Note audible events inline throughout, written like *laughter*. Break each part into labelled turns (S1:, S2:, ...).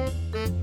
S1: 好的，好的，好的，好的，好
S2: 好的，好的，好的，
S3: 好的，好的，好的，好的，好的，好的，
S4: 好的，好的，
S5: 好的，好的，好的，好的，好的，好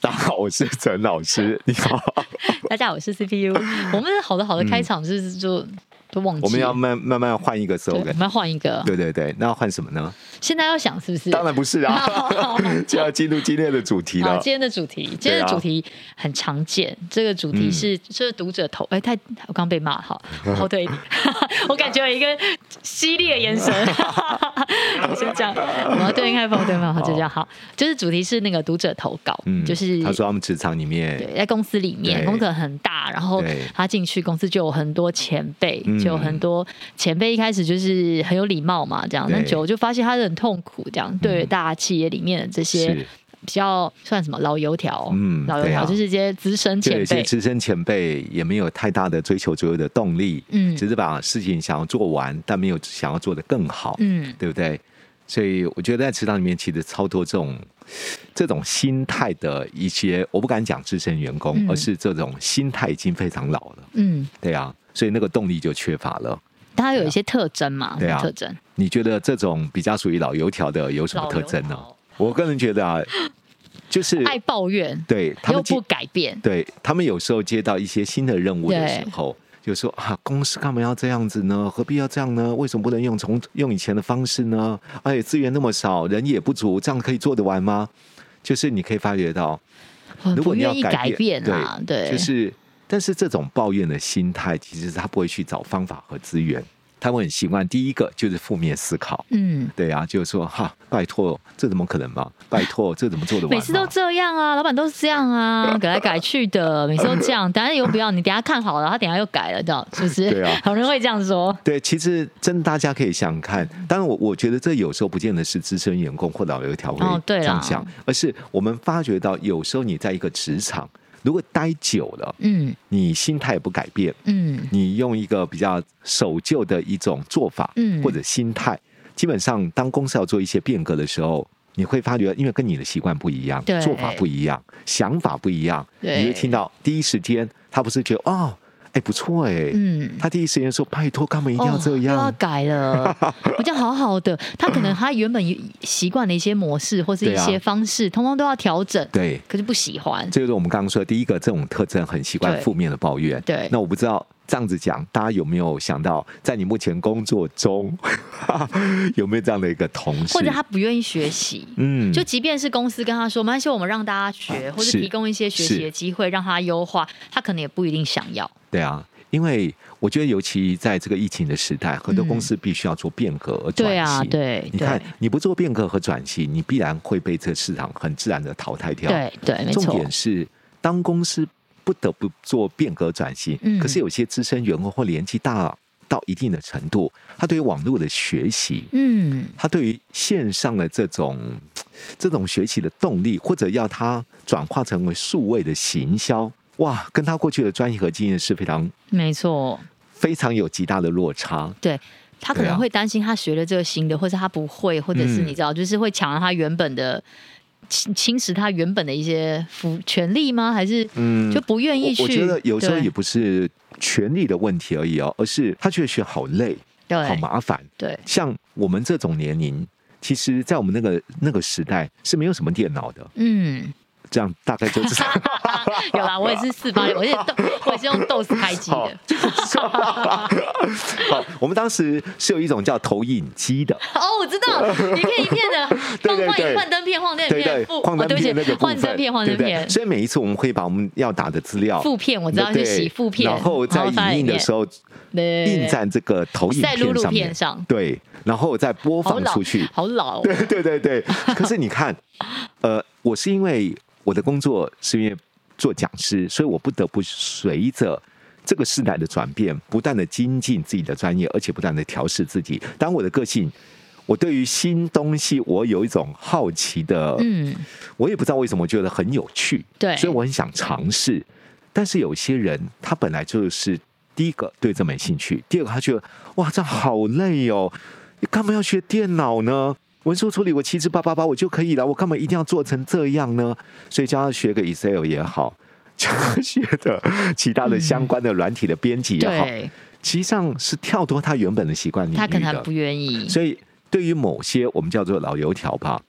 S4: 大家好，我是陈老师，你好。
S2: 大家好，我是 CPU。我们好的好的开场是不是就都忘记了，
S4: 我们要慢慢慢换一个
S2: 对我
S4: slogan
S2: 们。要换一个，
S4: 对对对，那要换什么呢？
S2: 现在要想是不是？
S4: 当然不是啊，就要进入今天的主题
S2: 好，
S4: 了。啊
S2: 今天的主题，今天的主题很常见。这个主
S4: 嗯
S2: 题是，这个读者投，哎、太，我刚被骂，好，后退一点， *laughs* 我感觉有一个犀利的眼神。 *laughs* 好，先这样，我要对应开否对吗？好，就这样，好，就是主题是那个读者投稿，就是
S4: 嗯他说他们职场里面
S2: 对，在公司里面，
S4: 对
S2: 公司很大，然后
S4: 对
S2: 他进去公司就有很多前辈，
S4: 嗯
S2: 就有很多前辈一开始就是很有礼貌嘛，这样，
S4: 对嗯
S2: 那久了就发现他是很痛苦，这样，对于大企业里面的这些
S4: 是
S2: 比较算什么老油条，
S4: 嗯
S2: 老油
S4: 对啊
S2: 条就是这些资深
S4: 就有
S2: 前
S4: 些
S2: 辈，
S4: 资深前辈也没有太大的追求卓有的动力，
S2: 嗯
S4: 只是把事情想要做完，但没有想要做得更好，
S2: 嗯，
S4: 对不对？所以我觉得在职场里面，其实超多这种这种心态的一些，我不敢讲资深员工，
S2: 嗯
S4: 而是这种心态已经非常老了，
S2: 嗯，
S4: 对啊，所以那个动力就缺乏了。
S2: 但他有一些特征嘛，
S4: 对啊
S2: 特征，
S4: 你觉得这种比较属于老油条的有什么
S2: 老
S4: 特
S2: 油
S4: 征呢
S2: 条？
S4: 我个人觉得啊，就是
S2: 爱抱怨
S4: 对他
S2: 又
S4: 们接
S2: 不改变，
S4: 对他们有时候接到一些新的任务的时
S2: 对
S4: 候，就说啊，公司干嘛要这样子呢？何必要这样呢？为什么不能用从用以前的方式呢？而且资源那么少，人也不足，这样可以做得完吗？就是你可以发觉到，
S2: 我嗯
S4: 如
S2: 不
S4: 果你要
S2: 愿意
S4: 改
S2: 改变啊，对，
S4: 就是但是这种抱怨的心态，其实他不会去找方法和资源，他会很习惯第一个就是负面思考。
S2: 嗯。
S4: 对啊，就是说哈，拜托，这怎么可能嘛？拜托，这怎么做得完
S2: 每
S4: 嘛？
S2: 次都这样啊，老板都是这样
S4: *laughs*
S2: 啊，改来改去的，每次都这样。等下又不要，你等下看好了，他等下又改了，这样是不是？
S4: 对
S2: *laughs*
S4: 啊
S2: 很多人会这样说。
S4: 对，其实真的大家可以想想看，
S2: 嗯
S4: 当然我我觉得这有时候不见得是资深员工或老油条会
S2: 哦对
S4: 这
S2: 啦
S4: 样想，而是我们发觉到有时候你在一个职场，如果待久了，
S2: 嗯
S4: 你心态也不改变，
S2: 嗯
S4: 你用一个比较守旧的一种做法，
S2: 嗯
S4: 或者心态，基本上当公司要做一些变革的时候。你会发觉，因为跟你的习惯不一样
S2: 对，
S4: 做法不一样，想法不一样，
S2: 对
S4: 你会听到第一时间他不是觉得哦，哎不错哎，
S2: 嗯，
S4: 他第一时间说拜托，干嘛一
S2: 一
S4: 定要这
S2: 哦又
S4: 样？
S2: 要改
S4: *laughs*
S2: 了。我这样好好的，他可能他原本习惯的一些模式或是一
S4: 对啊
S2: 些方式，通通都要调整。
S4: 对，
S2: 可是不喜欢。
S4: 这就是我们刚刚说的第一个，这种特征很习惯
S2: 对
S4: 负面的抱怨。
S2: 对
S4: 那我不知道这样子讲，大家有没有想到，在你目前工作中 *laughs* 有没有这样的一个同事？
S2: 或者他不愿意学习。
S4: 嗯，啊
S2: 就即便是公司跟他说，没关系，我们让大家学，或者
S4: 是
S2: 提供一些学习的
S4: 是
S2: 机会，让他优化，他可能也不一定想要。
S4: 对啊，因为我觉得尤其在这个疫情的时代，很多公司必须要做变革而转型。
S2: 嗯对啊，对，
S4: 你
S2: 对
S4: 看，你不做变革和转型，你必然会被这市场很自然的淘汰掉。
S2: 对对，没
S4: 重
S2: 错。
S4: 点是，当公司不得不做变革转型，
S2: 嗯
S4: 可是有些资深员工或年纪大到一定的程度，他对于网络的学习，
S2: 嗯
S4: 他对于线上的这种这种学习的动力，或者要他转化成为数位的行销，哇，跟他过去的专业和经验是非常，
S2: 没错，
S4: 非常有极大的落差。
S2: 对。他可
S4: 对
S2: 能
S4: 啊
S2: 会担心他学了这个新的，或者他不会，或者是
S4: 嗯
S2: 你知道，就是会抢了他原本的侵侵蚀他原本的一些福权利吗？还是
S4: 嗯
S2: 就不愿意去？
S4: 我我觉得有时候
S2: 对
S4: 也不是权力的问题而已哦，而是他觉得学好累，好
S2: 对
S4: 麻烦。
S2: 对
S4: 像我们这种年龄，其实，在我们那个那个时代是没有什么电脑的， *laughs*
S2: 嗯，
S4: 这样大概就是
S2: *laughs*
S4: *laughs*
S2: 有啦，我也是四八零，我也是豆，我也是用 DOS 开机
S4: 好
S2: 的。。
S4: 好，我们当时是有一种叫投影机的，
S2: 哦，我知道，一片一片的，
S4: *laughs* 对
S2: 放
S4: 对
S2: 幻
S4: 对
S2: 幻灯片、幻灯
S4: 对
S2: 片、
S4: 对
S2: 副，
S4: 幻
S2: 哦
S4: 灯
S2: *laughs* 对不起
S4: 片那个部
S2: 幻
S4: 分，
S2: 灯片、幻
S4: 对
S2: 灯
S4: 不对
S2: 片、
S4: 所以每一次我们会把我们要打的资料
S2: 副片，我知道
S4: 对
S2: 去洗副片，
S4: 然后在
S2: 放
S4: 影印的
S2: 里
S4: 时候
S2: 面对
S4: 印在这个投影
S2: 在露
S4: 片
S2: 露
S4: 上
S2: 片
S4: 面，
S2: 上，
S4: 对，然后再播
S2: 好
S4: 放
S2: 老
S4: 出去，
S2: 好老哦，
S4: 对对对对。可是你看，呃，我是因为我的工作是因为做讲师，所以我不得不随着。这个时代的转变，不断的精进自己的专业，而且不断的调试自己。当我的个性，我对于新东西，我有一种好奇的，
S2: 嗯，
S4: 我也不知道为什么，我觉得很有趣，
S2: 对
S4: 所以我很想尝试。但是有些人他本来就是第一个对这没兴趣，第二个他觉得哇这样好累哦，你干嘛要学电脑呢？文书处理我七七八八八我就可以了，我干嘛一定要做成这样呢？所以叫他学个 Excel 也好， *laughs* 叫他学的其他的相关的软体的编辑 *laughs* 也好，
S2: 对
S4: 其实上是跳脱他原本的习惯领域的。
S2: 他可能不愿意，
S4: 所以对于某些我们叫做老油条吧，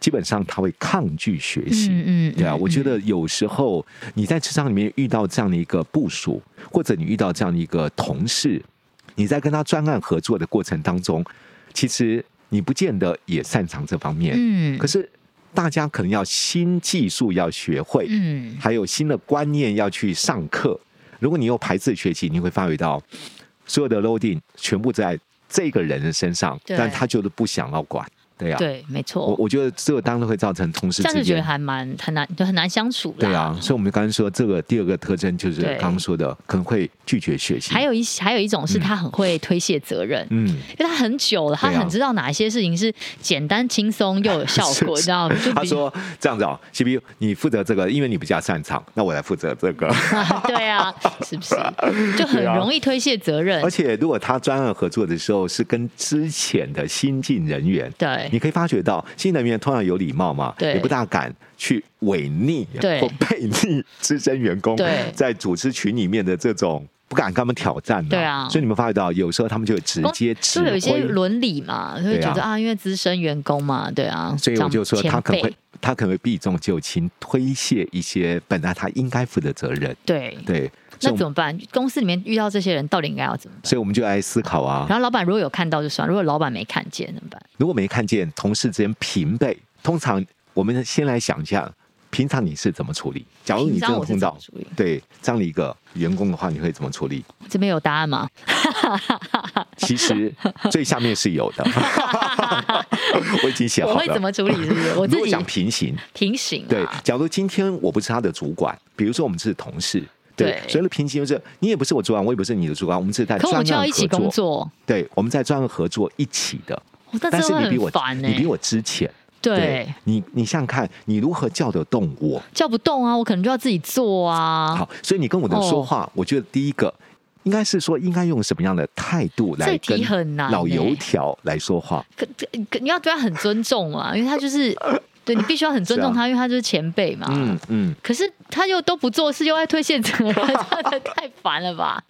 S4: 基本上他会抗拒学习。
S2: 嗯
S4: 对啊，我觉
S2: 得
S4: 得有时候你在职场里面遇到这样的一个部署，或者你遇到这样的一个同事，你在跟他专案合作的过程当中，其实你不见得也擅长这方面。
S2: 嗯
S4: 可是大家可能要新技术要学会，
S2: 嗯
S4: 还有新的观念要去上课。如果你用排斥学习，你会发觉到所有的 loading 全部在这个人的身上，
S2: 对
S4: 但他就是不想要管，对呀、
S2: 对，没
S4: 我
S2: 错，
S4: 我觉得这个当然会造成同事
S2: 这样
S4: 之
S2: 就觉得
S4: 间。
S2: 还蛮很难，就很难相处啦。
S4: 对啊，所以我们刚刚说这个第二个特征就是
S2: 对
S4: 刚刚说的，可能会拒绝学习。
S2: 还，有一还有一种是他很会推卸责任，
S4: 嗯，
S2: 因为他很久了，他
S4: 对啊
S2: 很知道哪一些事情是简单轻松又有效
S4: *laughs*
S2: 果，你知道吗？就
S4: 他
S2: 比
S4: 说这样子哦，CPU 你负责这个，因为你比较擅长，那我来负责这个。 *laughs*
S2: 对啊，是不是就很
S4: 对啊
S2: 容易推卸责任
S4: 而？且如果他专案合作的时候是跟之前的新进人员，
S2: 对
S4: 你可以发觉到新人员通常有礼貌嘛，
S2: 哎对
S4: 也不大敢去违逆
S2: 对
S4: 或背逆资深员工
S2: 对
S4: 在组织群里面的这种不敢跟他们挑战、
S2: 对啊
S4: 所以你们发觉到有时候他们就直接指
S2: 就有一些
S4: 挥。
S2: 伦理嘛，就会觉得啊因为资深员工嘛，对啊，
S4: 所以我就说，
S2: 长
S4: 他可能
S2: 前
S4: 会
S2: 辈，
S4: 他可能会避重就轻，推卸一些本来他应该负的责任。
S2: 对，
S4: 对，所
S2: 那
S4: 以我
S2: 怎
S4: 们
S2: 么办？公司里面遇到这些人，到底应该要怎么办？
S4: 所以我们就来思考啊，
S2: 然后老板如果有看到就算，如果老板没看见怎么办？
S4: 如果没看见同事之间平辈，通常我们先来想一下，平常你是怎么处理？假如你
S2: 平常
S4: 真的
S2: 我是
S4: 碰
S2: 怎
S4: 到
S2: 么处理？
S4: 对这样的一个员工的话，你会怎么处理？
S2: 这边有答案吗？
S4: 其实最下面是有的， *laughs* 我已经写
S2: 我
S4: 好
S2: 会怎
S4: 了。
S2: 么处理？是不
S4: *laughs*
S2: 是？我
S4: 如
S2: 自
S4: 果
S2: 己
S4: 想平行，
S2: 平行
S4: 对
S2: 啊，，
S4: 假如今天我不是他的主管，比如说我们是同事。对
S2: 对，
S4: 所以平行就是你也不是我主管，我也不是你的主管，我们是在
S2: 可我
S4: 专
S2: 们
S4: 案
S2: 就要
S4: 合
S2: 一起工
S4: 作。
S2: 作，
S4: 对，我们在专案合作一起的，
S2: 哦那
S4: 但
S2: 真
S4: 是
S2: 的
S4: 你比
S2: 很
S4: 我
S2: 烦欸呢。
S4: 你比我之前，
S2: 对，
S4: 你，你想想看，你如何叫得动我？
S2: 叫不动啊，我可能就要自己做啊。哦
S4: 好，所以你跟我的说话，我觉得第一个应该是说，应该用什么样的态度来
S2: 这题
S4: 跟
S2: 很难
S4: 老
S2: 欸
S4: 油条来说话？
S2: 可这可你要对他很尊重啊，因为他就是对你必须要很尊重
S4: 是啊
S2: 他，因为他就是前辈嘛。
S4: 嗯嗯，
S2: 可是他又都不做事，又爱推卸责任， *laughs* 真的太烦了吧？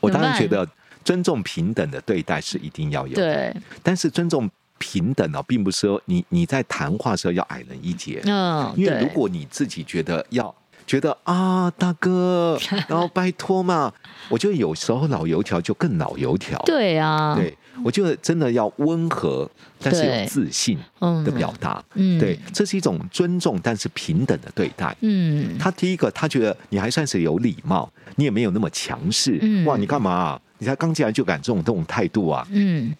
S4: 我
S2: 怎么
S4: 当然觉
S2: 办
S4: 得尊重平等的对待是一定要有的，
S2: 对，
S4: 但是尊重平等哦，并不是说你你在谈话的时候要矮人一截，
S2: 嗯，
S4: 因为
S2: 对
S4: 如果你自己觉得要。觉得啊，大哥，
S2: *laughs*
S4: 然后拜托嘛，我觉得有时候老油条就更老油条。
S2: 对啊，
S4: 对，我觉得真的要温和，但是
S2: 对
S4: 有自信
S2: 嗯
S4: 的表达。
S2: 嗯
S4: 对，这是一种尊重，但是平等的对待。
S2: 嗯，
S4: 他第一个，他觉得你还算是有礼貌，你也没有那么强势。
S2: 嗯
S4: 哇，你干嘛、啊？你才刚进来就敢这种这种态度啊！
S2: 嗯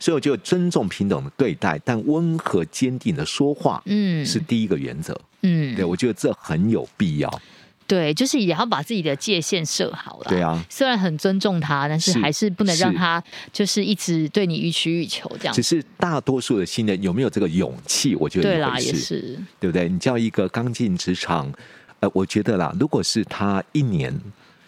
S4: 所以我觉得尊重平等的对待，但温和坚定的说话，
S2: 嗯
S4: 是第一个原则。
S2: 嗯，
S4: 对，我觉得这很有必要。
S2: 对，就是也要把自己的界限设好了。
S4: 对啊，
S2: 虽然很尊重他，但是
S4: 是
S2: 还是不能让
S4: 是
S2: 他就是一直对你予取予求这样
S4: 只。是大多数的新人有没有这个勇气，我觉得
S2: 对
S4: 一
S2: 啦，
S4: 回
S2: 也
S4: 事
S2: 是，
S4: 对不对？你叫一个刚进职场，呃，我觉得啦，如果是他一年，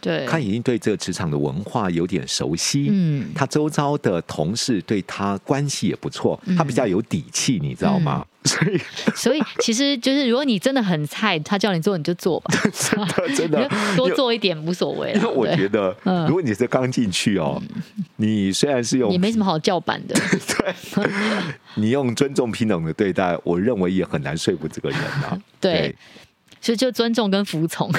S2: 对，
S4: 他已经对这个职场的文化有点熟悉，
S2: 嗯
S4: 他周遭的同事对他关系也不错，
S2: 嗯
S4: 他比较有底气，你知道吗？ *laughs* 所以
S2: 所以其实就是，如果你真的很菜，他叫你做你就做
S4: *laughs*
S2: 吧，
S4: 真的真
S2: *laughs* 你
S4: 的
S2: 就多。做一点无所谓
S4: 因为因为
S2: 了。
S4: 我觉
S2: 对，嗯
S4: 得，如果你是刚进去哦，你虽然是用
S2: 也没什么好叫板的。
S4: 你用尊重平等的对待，我认为也很难说服这个人啊。
S2: *laughs* 对，所以就尊重跟服
S4: *laughs*
S2: 从。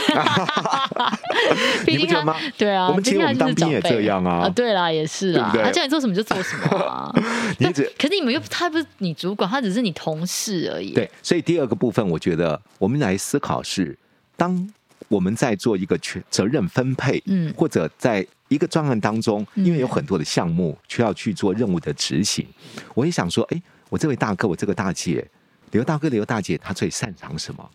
S2: 毕
S4: 你不
S2: 竟
S4: 觉得
S2: 他
S4: 吗
S2: 对啊，
S4: 我们
S2: 毕
S4: 其实
S2: 竟
S4: 我
S2: 他就
S4: 们当
S2: 是
S4: 兵
S2: 长
S4: 也
S2: 辈
S4: 这样啊
S2: 对啦，也是
S4: 对
S2: 啦
S4: 不，对
S2: 他叫你做什么就做什么啊。
S4: *laughs* 你只
S2: 可是你们又他不是你主管，他只是你同事而已。
S4: 对，所以第二个部分，我觉得我们来思考是，当我们在做一个权责任分配，
S2: 嗯
S4: 或者在一个专案当中，
S2: 嗯
S4: 因为有很多的项目需要去做任务的执行，我也想说，哎，我这位大哥，我这个大姐，刘大哥、刘大姐，他最擅长什么？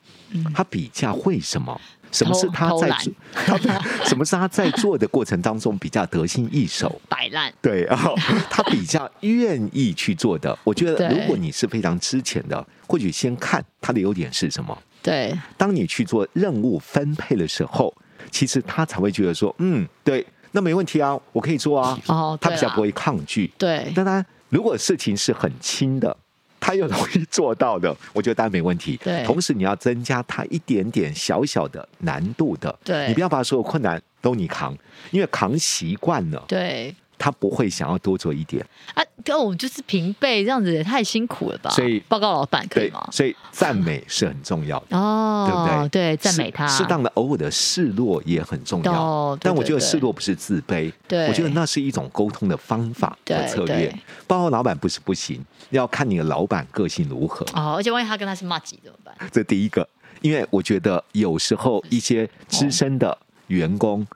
S4: 他比较会什么？什么是他
S2: 嗯偷
S4: 在
S2: 懒
S4: 做？他 *laughs* 什么是他在做的过程当中比较得心应手？
S2: 摆烂。
S4: 对，
S2: *laughs*
S4: 然后他比较愿意去做的。我觉得，
S2: 对
S4: 如果你是非常之前的，或许先看他的优点是什么。
S2: 对，
S4: 当你去做任务分配的时候，其实他才会觉得说，嗯，对，那没问题啊，我可以做啊。
S2: 哦
S4: 他
S2: 对
S4: 比较
S2: 啦
S4: 不会抗拒。
S2: 对，
S4: 当然，如果事情是很轻的，他又容易做到的，我觉得当然没问题。
S2: 对
S4: 同时你要增加他一点点小小的难度的，
S2: 对
S4: 你不要把所有困难都你扛，因为扛习惯了，
S2: 对
S4: 他不会想要多做一点。
S2: 啊，跟我们就是平辈这样子也太辛苦了吧？
S4: 所以
S2: 报告老板可以
S4: 对
S2: 吗，？
S4: 所以赞美是很重要的。对
S2: 哦
S4: 不对？
S2: 赞美他，
S4: 适适当的偶尔的示弱也很重要。
S2: 哦对
S4: 但我
S2: 对
S4: 觉得
S2: 对
S4: 示弱不是自卑，
S2: 对
S4: 我觉得那是一种沟通的方法和
S2: 对
S4: 策略
S2: 对。
S4: 包括老板不是不行，要看你的老板个性如何，
S2: 哦，而且万一他跟他是骂级怎么办？
S4: 这第一个。因为我觉得有时候一些资深的员工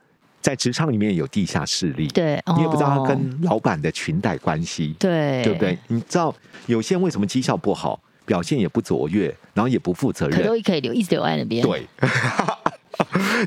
S4: 在职场里面有地下势力，
S2: 对
S4: 你也不知道
S2: 哦
S4: 他跟老板的裙带关系，
S2: 对
S4: 对不对？？你知道有些人为什么绩效不好，表现也不卓越，然后也不负责
S2: 可
S4: 任，
S2: 都可以留，一直留在那边。，
S4: 对， *laughs*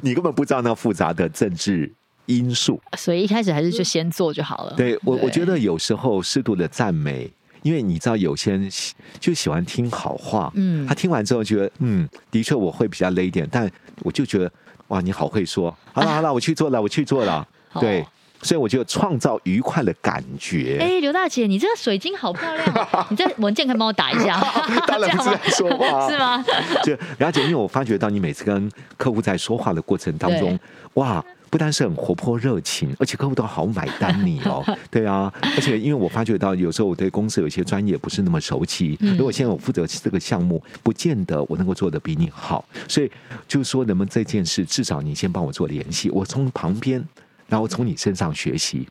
S4: 你根本不知道那复杂的政治因素。
S2: 所以一开始还是就先做就好了。
S4: 对我，我觉得有时候适度的赞美，因为你知道有些人喜就喜欢听好话，
S2: 嗯
S4: 他听完之后觉得，嗯，的确我会比较累一点，但我就觉得，哇，你好会说，好了好了，我去做了，我去
S2: *laughs*
S4: 做了，
S2: 哦
S4: 对。所以我觉得创造愉快的感觉，
S2: 哎，刘大姐，你这个水晶好漂亮
S4: *laughs*
S2: 哦，你这文件可以帮我打一下，
S4: 当然不是在说话啊
S2: 这样吗？ *laughs* 是吗？
S4: *laughs* 就了解，因为我发觉到你每次跟客户在说话的过程当中，哇，不单是很活泼热情，而且客户都好买单你哦，对啊，而且因为我发觉到有时候我对公司有一些专业不是那么熟悉，如果现在我负责这个项目，不见得我能够做得比你好，所以就是说，能不能这件事至少你先帮我做联系，我从旁边。然后从你身上学习，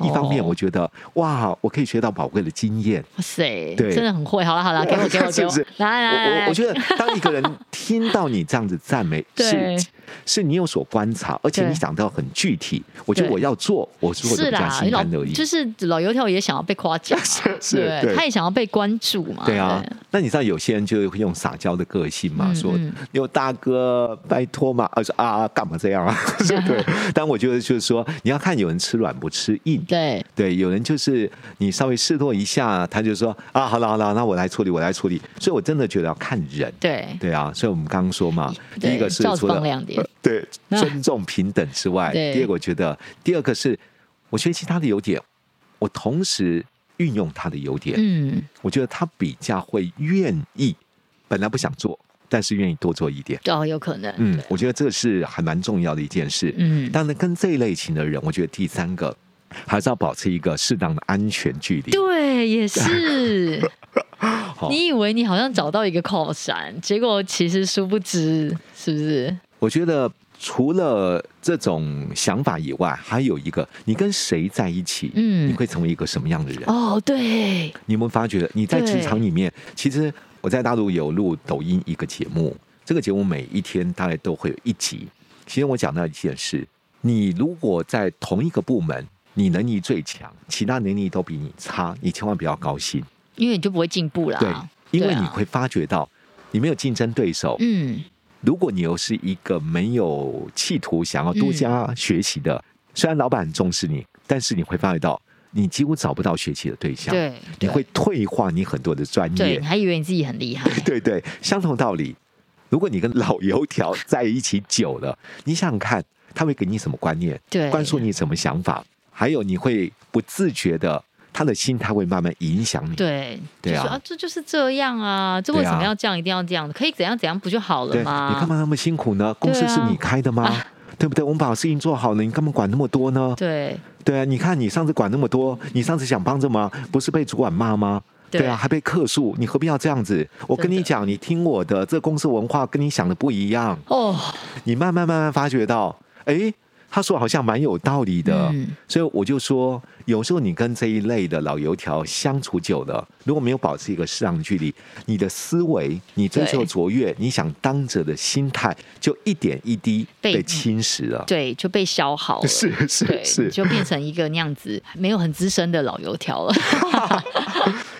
S4: 一方面
S2: 哦
S4: 我觉得、哇，我可以学到宝贵的经验，
S2: 哇塞，
S4: 对
S2: 真的很会。好了好
S4: *laughs*
S2: 了，给我给我给
S4: 是
S2: 我
S4: 不是，
S2: 来来来
S4: 我
S2: 来，
S4: 我我觉得当一个人听到你这样子赞美，
S2: *laughs* 对
S4: 是是你有所观察，而且
S2: 对
S4: 你讲到很具体，我觉得
S2: 对
S4: 我要做，我做的
S2: 是
S4: 比较
S2: 啦，
S4: 心
S2: 老
S4: 安乐意。
S2: 就是老油条也想要被夸奖啊，
S4: *laughs* 是
S2: 对
S4: 对
S2: 他也想要被关注嘛，
S4: 对啊，那你知道有些人就会用撒娇的个性嘛，
S2: 哎嗯
S4: 说
S2: 嗯
S4: “有大哥，拜托嘛”，啊说啊，干嘛这样啊？ *laughs* 是对，但我觉得就是说，你要看有人吃软不吃硬，
S2: 对
S4: 对，有人就是你稍微示弱一下，他就说啊，好了好了，那我来处理，我来处理。所以我真的觉得要看人，
S2: 对
S4: 对啊，所以我们刚刚说嘛，第
S2: 对
S4: 一个是
S2: 罩子
S4: 除了
S2: 放亮点
S4: 呃对尊重平等之外，
S2: 对
S4: 第二个我觉得，第二个是我学习他的优点，我同时运用他的优点，
S2: 嗯，
S4: 我觉得他比较会愿意，本来不想做，但是愿意多做一点。
S2: 哦，有可能，
S4: 嗯，我觉得这是还蛮重要的一件事。
S2: 嗯
S4: 当然跟这一类型的人，我觉得第三个还是要保持一个适当的安全距离。
S2: 对，也
S4: *laughs*
S2: 是
S4: 哦好。
S2: 你以为你好像找到一个靠山，结果其实殊不知，是不是？
S4: 我觉得除了这种想法以外，还有一个，你跟谁在一起，
S2: 嗯
S4: 你会成为一个什么样的人？
S2: 哦，对，
S4: 你有没有发觉，你在职
S2: 对
S4: 场里面，其实我在大陆有录抖音一个节目，这个节目每一天大概都会有一集。其实我讲到一件事，你如果在同一个部门，你能力最强，其他能力都比你差，你千万不要高兴，
S2: 因为你就不会进步啦。
S4: 对，因为
S2: 对啊
S4: 你会发觉到你没有竞争对手，
S2: 嗯，
S4: 如果你又是一个没有企图想要多加学习的，虽然老板很重视你，但是你会发觉到，你几乎找不到学习的对象，
S2: 对，
S4: 你
S2: 对
S4: 会退化你很多的专
S2: 对，
S4: 业
S2: 你。还以为你自己很厉
S4: *laughs*
S2: 害，
S4: 对对，相同道理，如果你跟老油条在一起久了，你想想看，他会给你什么观念，
S2: 对
S4: 灌输你什么想法，还有你会不自觉的，他的心态会慢慢影响你。
S2: 对，
S4: 对啊
S2: 就说啊，这就是这样啊，这为
S4: 对
S2: 什
S4: 啊
S2: 么要这样？一定要这样？可以怎样怎样不就好了
S4: 对，你
S2: 吗？
S4: 干嘛那么辛苦呢？公司
S2: 对啊
S4: 是你开的吗？ *laughs* 对不对？我们把事情做好了，你干嘛管那么多呢？
S2: 对
S4: 对啊，你看你上次管那么多，你上次想帮着吗？不是被主管骂吗？
S2: 对
S4: 对啊，还被客诉，你何必要这样子？我跟
S2: 真的
S4: 你讲，你听我的，这公司文化跟你想的不一样。
S2: 哦，
S4: 你慢慢慢慢发觉到，哎，他说好像蛮有道理的。
S2: 嗯
S4: 所以我就说，有时候你跟这一类的老油条相处久了，如果没有保持一个适当的距离，你的思维、你追求
S2: 对
S4: 卓越、你想当者的心态，就一点一滴
S2: 被
S4: 被侵蚀了。
S2: 对，就被消耗了。
S4: *laughs* 是是
S2: 对，
S4: 是
S2: 你就变成一个那样子没有很资深的老油条
S4: *laughs*
S2: 了，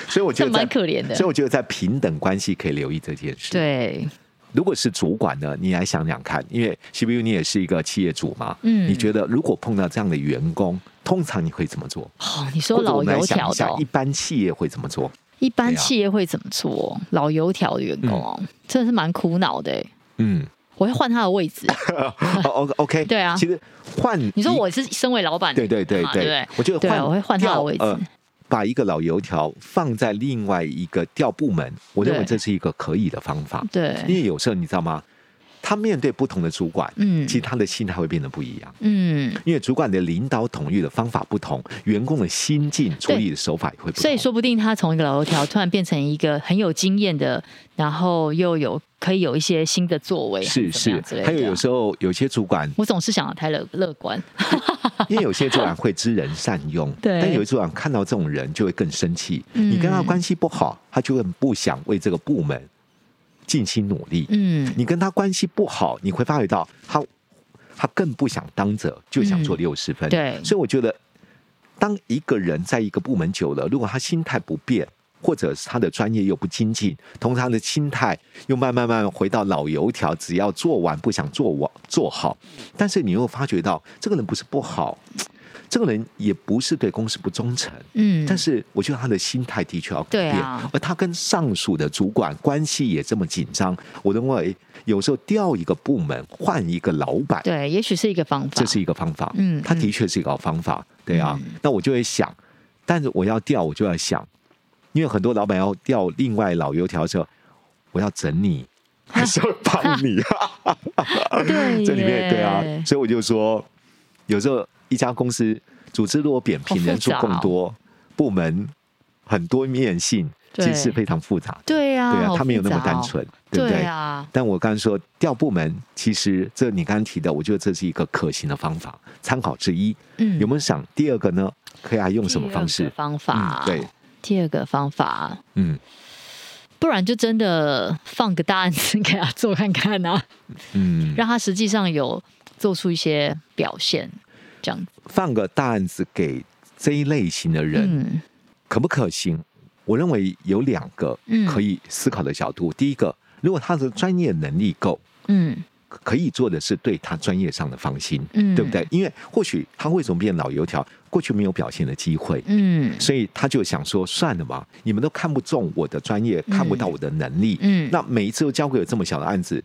S4: 所以我觉
S2: 这
S4: 得在
S2: 蛮可怜的
S4: 所以。我觉得在平等关系可以留意这件事。，
S2: 对，
S4: 如果是主管呢，你来想想看，因为 CPU 你也是一个企业主嘛，
S2: 嗯
S4: 你觉得如果碰到这样的员工，通常你会怎么做？
S2: 哦，你
S4: 或
S2: 说
S4: 者我
S2: 老
S4: 们来
S2: 油
S4: 想
S2: 条
S4: 一
S2: 的、
S4: 下
S2: 哦，
S4: 一般企业会怎么做？
S2: 一般
S4: 对啊
S2: 企业会怎么做？老油条的员工哦，真的是蛮苦恼的欸。
S4: 嗯，
S2: 我会换他的位置。
S4: 哦，O K，
S2: 嗯对啊
S4: 其实换
S2: 你说
S4: 一
S2: 我是身为老板，
S4: 对对对
S2: 嘛对
S4: 对
S2: 不，
S4: 我觉得
S2: 对
S4: 换
S2: 我会换他的
S4: 调
S2: 位置
S4: 呃把一个老油条放在另外一个调部门，我认为
S2: 对
S4: 这是一个可以的方法。因
S2: 对，
S4: 为有时候你知道吗？他面对不同的主管，
S2: 嗯
S4: 其实他的心态会变得不一样。
S2: 嗯，
S4: 因为主管的领导统御的方法不同，员工的心境处理的手法也会不同。
S2: 所以，说不定他从一个老油条突然变成一个很有经验的，然后又有可以有一些新的作为，
S4: 是是，还
S2: 还
S4: 有有时候有些
S2: *laughs*
S4: 主管，
S2: 我总是想的太乐乐观，
S4: 因为有些主管会知人善用，
S2: 对
S4: 但有些主管看到这种人就会更生气。
S2: 嗯
S4: 你跟他关系不好，他就很不想为这个部门尽心努力。
S2: 嗯，
S4: 你跟他关系不好，你会发觉到他，他更不想当者，就想做六十分、
S2: 嗯对
S4: 所以我觉得，当一个人在一个部门久了，如果他心态不变，或者是他的专业又不精进，同时他的心态又慢慢慢慢回到老油条，只要做完不想做完做好，但是你又发觉到这个人不是不好，这个人也不是对公司不忠诚，
S2: 嗯，
S4: 但是我觉得他的心态的确要改变，
S2: 对啊
S4: 而他跟上属的主管关系也这么紧张，我认为有时候调一个部门换一个老板，
S2: 对，啊也许是一个方法，
S4: 这是一个方法。
S2: 嗯
S4: 他的确是一个好方法，对啊。那我就会想，但是我要调，我就要想，因为很多老板要调另外老油条的时候，我要整你，还是会帮你？啊
S2: *laughs* 对
S4: 这里面对啊
S2: 耶，
S4: 所以我就说，有时候一家公司组织如果扁
S2: 好
S4: 平，
S2: 复
S4: 人数
S2: 杂
S4: 更
S2: 哦
S4: 多，部门很多面性，其实
S2: 对
S4: 是非常复杂的。
S2: 对啊，
S4: 对啊
S2: 好，
S4: 他没有那么
S2: 复杂
S4: 单
S2: 哦，
S4: 纯，对不
S2: 对
S4: 对？
S2: 啊，
S4: 但我刚才说调部门，其实这你刚刚提的，我觉得这是一个可行的方法，参考之一。
S2: 嗯
S4: 有没有想第二个呢？可以啊，用什么方
S2: 第二
S4: 式
S2: 个？方法，
S4: 嗯对，
S2: 第二个方法，
S4: 嗯
S2: 不然就真的放个大案子 *laughs* 给他做看看啊，
S4: 嗯，
S2: 让他实际上有做出一些表现，这样子，
S4: 放个大案子给这一类型的人，
S2: 嗯
S4: 可不可行？我认为有两个
S2: 嗯
S4: 可以思考的角度。第一个，如果他的专业能力够，
S2: 嗯
S4: 可以做的是对他专业上的放心，
S2: 嗯
S4: 对不对？因为或许他为什么变老油条，过去没有表现的机会，
S2: 嗯
S4: 所以他就想说，算了嘛，你们都看不中我的专业，看不到我的能力，
S2: 嗯
S4: 那每一次都交给我这么小的案子，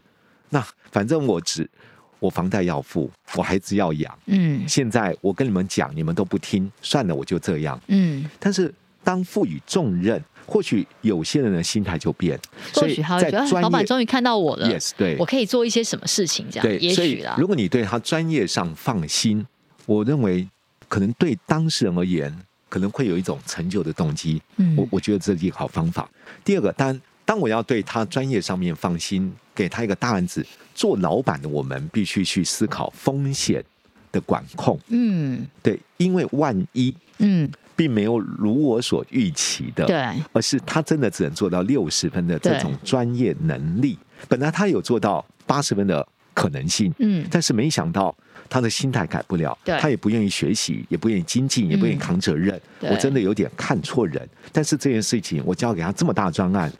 S4: 那反正我只我房贷要付，我孩子要养，
S2: 嗯
S4: 现在我跟你们讲，你们都不听，算了，我就这样。
S2: 嗯，
S4: 但是当赋予重任，或许有些人的心态就变，
S2: 或
S4: 所以
S2: 许他
S4: 在
S2: 会觉得哎
S4: 专
S2: 老板
S4: 业嗯
S2: 终于看到我了
S4: yes 对
S2: 我可以做一些什么事情，这样，
S4: 对，
S2: 也
S4: 所
S2: 许
S4: 以
S2: 啦，
S4: 如果你对他专业上放心，我认为可能对当事人而言，可能会有一种成就的动机。
S2: 嗯
S4: 我我觉得这是一个好方法。第二个，当然当我要对他专业上面放心，给他一个大案子，做老板的我们必须去思考风险的管控。
S2: 嗯
S4: 对，因为万一
S2: 嗯，
S4: 并没有如我所预期的，
S2: 对，
S4: 而是他真的只能做到六十分的这
S2: 对
S4: 种专业能力。本来他有做到八十分的可能性，
S2: 嗯
S4: 但是没想到他的心态改不了
S2: 对，嗯
S4: 他也不愿意学习，也不愿意精进，也不愿意扛责任。
S2: 对
S4: 我真的有点看错人，但是这件事情我交给他这么大专案，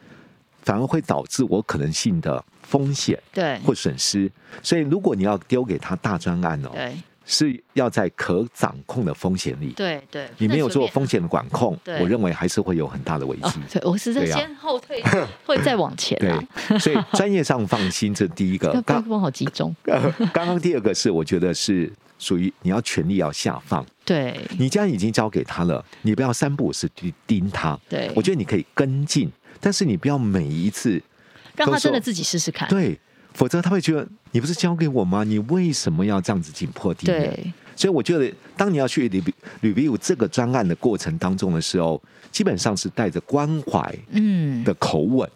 S4: 反而会导致我可能性的风险
S2: 对
S4: 或损失。所以，如果你要丢给他大专案哦，
S2: 对
S4: 是要在可掌控的风险里。
S2: 对对，
S4: 你没有
S2: 不能随
S4: 做
S2: 便
S4: 风险的管控，
S2: 对
S4: 我认为还是会有很大的危
S2: 哦
S4: 机。，
S2: 对我是在
S4: 对啊
S2: 先后
S4: *laughs*
S2: 退，会再往前啊， *laughs*
S4: 对，所以专业上放心，这第一个
S2: 要。不要
S4: 刚
S2: 不好集中？
S4: 呃刚刚第二个是，我觉得是属于你要权力要下放，
S2: 对
S4: 你既然已经交给他了，你不要三不五时去盯他。
S2: 对，
S4: 我觉得你可以跟进，但是你不要每一次
S2: 让他
S4: 都说哦
S2: 真的自己试试看。
S4: 对，否则他会觉得你不是交给我吗？你为什么要这样子紧迫盯人？
S2: 对
S4: 所以我觉得，当你要去 re- review 这个专案的过程当中的时候，基本上是带着关怀
S2: 嗯，
S4: 的口吻，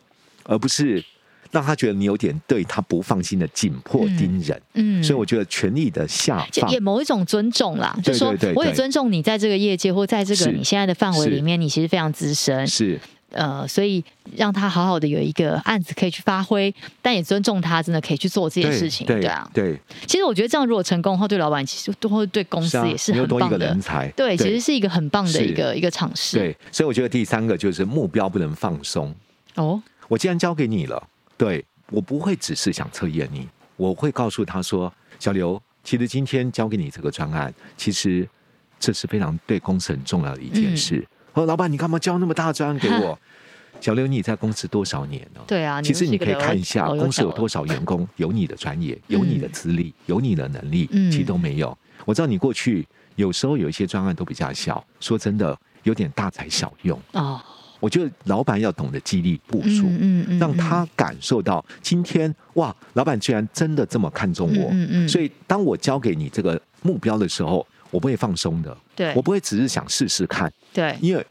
S4: 而不是让他觉得你有点对他不放心的紧迫盯人。
S2: 嗯
S4: 所以我觉得权力的下
S2: 就
S4: 放
S2: 也，某一种尊重啦，
S4: 对
S2: 就说
S4: 对对对
S2: 我也尊重你在这个业界或在这个
S4: 是
S2: 你现在的范围
S4: 是
S2: 里面，你其实非常资深，
S4: 是
S2: 呃，所以让他好好的有一个案子可以去发挥，但也尊重他真的可以去做这件事情，
S4: 对
S2: 对啊。
S4: 对，
S2: 其实我觉得这样如果成功的话，对老板其实都会对公司
S4: 啊
S2: 也是
S4: 你又
S2: 很
S4: 多一
S2: 棒
S4: 个
S2: 的
S4: 人，才，
S2: 对，其实是一个很棒的
S4: 是
S2: 一个一个尝试，
S4: 对，所以我觉得第三个就是目标不能放松。
S2: 哦，
S4: 我既然交给你了，对我不会只是想测验你，我会告诉他说：“小刘，其实今天交给你这个专案，其实这是非常对公司很重要的一件事。哦，老板，你干嘛交那么大的专案给我？小刘，你在公司多少年呢？
S2: 对啊，
S4: 其实
S2: 们是
S4: 你
S2: 个哦
S4: 可以
S2: 老
S4: 看一下
S2: 老
S4: 公司有
S2: 讲
S4: 多少员
S2: *laughs*
S4: 工，有你的专业，有你的资历，有你的能力，
S2: 嗯
S4: 其实都没有。我知道你过去有时候有一些专案都比较小，说真的有点大材小用。
S2: 哦，
S4: 我觉得老板要懂得激励部署，
S2: 嗯嗯
S4: 让他感受到今天哇，老板居然真的这么看重我。
S2: 嗯嗯嗯
S4: 所以当我交给你这个目标的时候，我不会放松的，
S2: 对
S4: 我不会只是想试试看，
S2: 对
S4: 因为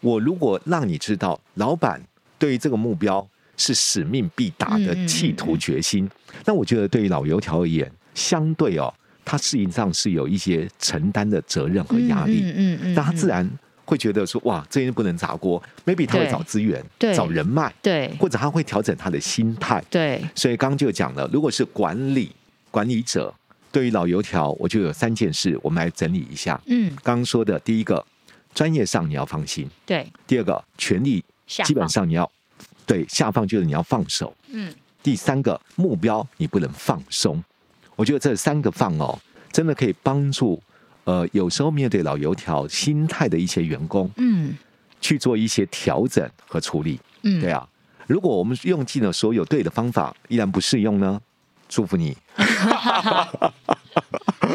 S4: 我如果让你知道，老板对于这个目标是使命必达的
S2: 嗯嗯
S4: 企图决心，那我觉得对于老油条而言，相对哦，他事实上是有一些承担的责任和压力，
S2: 嗯嗯嗯，
S4: 那他自
S2: 然
S4: 然会觉得说，哇，这件事不能砸锅，maybe 他会
S2: 对
S4: 找资源
S2: 对，
S4: 找人脉，
S2: 对
S4: 或者他会调整他的心态。
S2: 对
S4: 所以刚刚就讲了，如果是管理管理者，对于老油条，我就有三件事，我们来整理一下。
S2: 嗯
S4: 刚刚说的第一个，专业上你要放心；
S2: 对
S4: 第二个，权力
S2: 下
S4: 基本
S2: 放
S4: 上你要对下放，就是你要放手；
S2: 嗯
S4: 第三个，目标你不能放松。我觉得这三个放哦，真的可以帮助呃，有时候面对老油条心态的一些员工
S2: 嗯
S4: 去做一些调整和处理。
S2: 嗯，
S4: 对啊，如果我们用尽了所有对的方法，依然不适用呢，祝福 *laughs* 你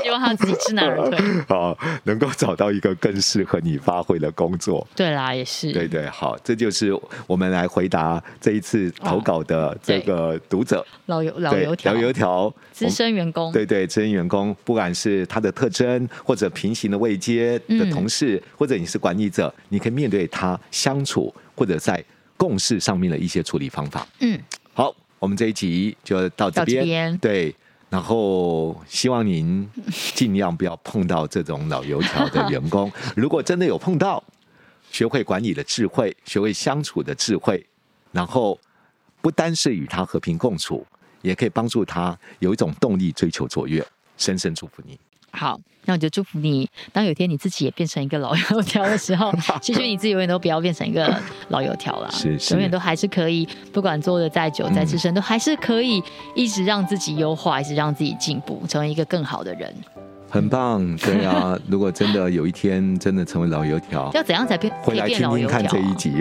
S2: 希望他自己知难而退。
S4: *laughs* 啊，能够找到一个更适合你发挥的工作。
S2: 对啦，也是
S4: 对对，好，这就是我们来回答这一次投稿的这个读者，
S2: 老油老
S4: 对，
S2: 油条
S4: 老，油条，
S2: 资深员工，
S4: 对对，资深员工，不管是他的特征，或者平行的位阶的同事，
S2: 嗯
S4: 或者你是管理者，你可以面对他相处，或者在共事上面的一些处理方法。
S2: 嗯，
S4: 好，我们这一集就到这边。
S2: 到这边
S4: 对，然后希望您尽量不要碰到这种老油条的员工。如果真的有碰到，学会管理的智慧，学会相处的智慧，然后不单是与他和平共处，也可以帮助他有一种动力追求卓越。深深祝福你。
S2: 好，那我就祝福你，当有一天你自己也变成一个老油条的时
S4: *laughs*
S2: 候，其实你自己永远都不要变成一个老油条啦，
S4: 是是嗯
S2: 永远都还是可以，不管做的再久再资深，都还是可以一直让自己优化，一直让自己进步，成为一个更好的人。
S4: 很棒，对啊！如果真的有一天真的成为老油条，
S2: 要怎样才变可
S4: 回
S2: 以
S4: 来
S2: 变
S4: 听
S2: 老
S4: 听
S2: 油条
S4: 看
S2: 啊？
S4: 这一集。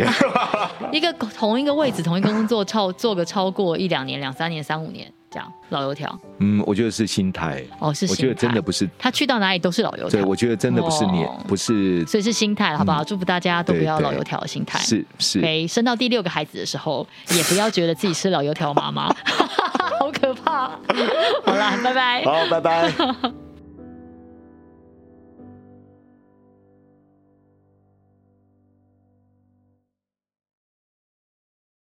S2: 一个同一个位置、同一个工作超做个超过一两年、两三年、三五年这样老油条
S4: 嗯，我觉得是心态，嗯
S2: 哦，是
S4: 我觉得
S2: 心态
S4: 真的不是
S2: 他去到哪里都是老油条
S4: 对，，我觉得真的不是年，
S2: 哦
S4: 不是
S2: 所以是心态，好不好？祝福大家都不
S4: 对
S2: 要
S4: 对
S2: 老油条的心态。
S4: 是是，
S2: OK，生到第六个孩子的时候，也不要觉得自己 *laughs* 是老油条妈妈，好可怕。好啦，拜拜。
S4: 好，拜拜。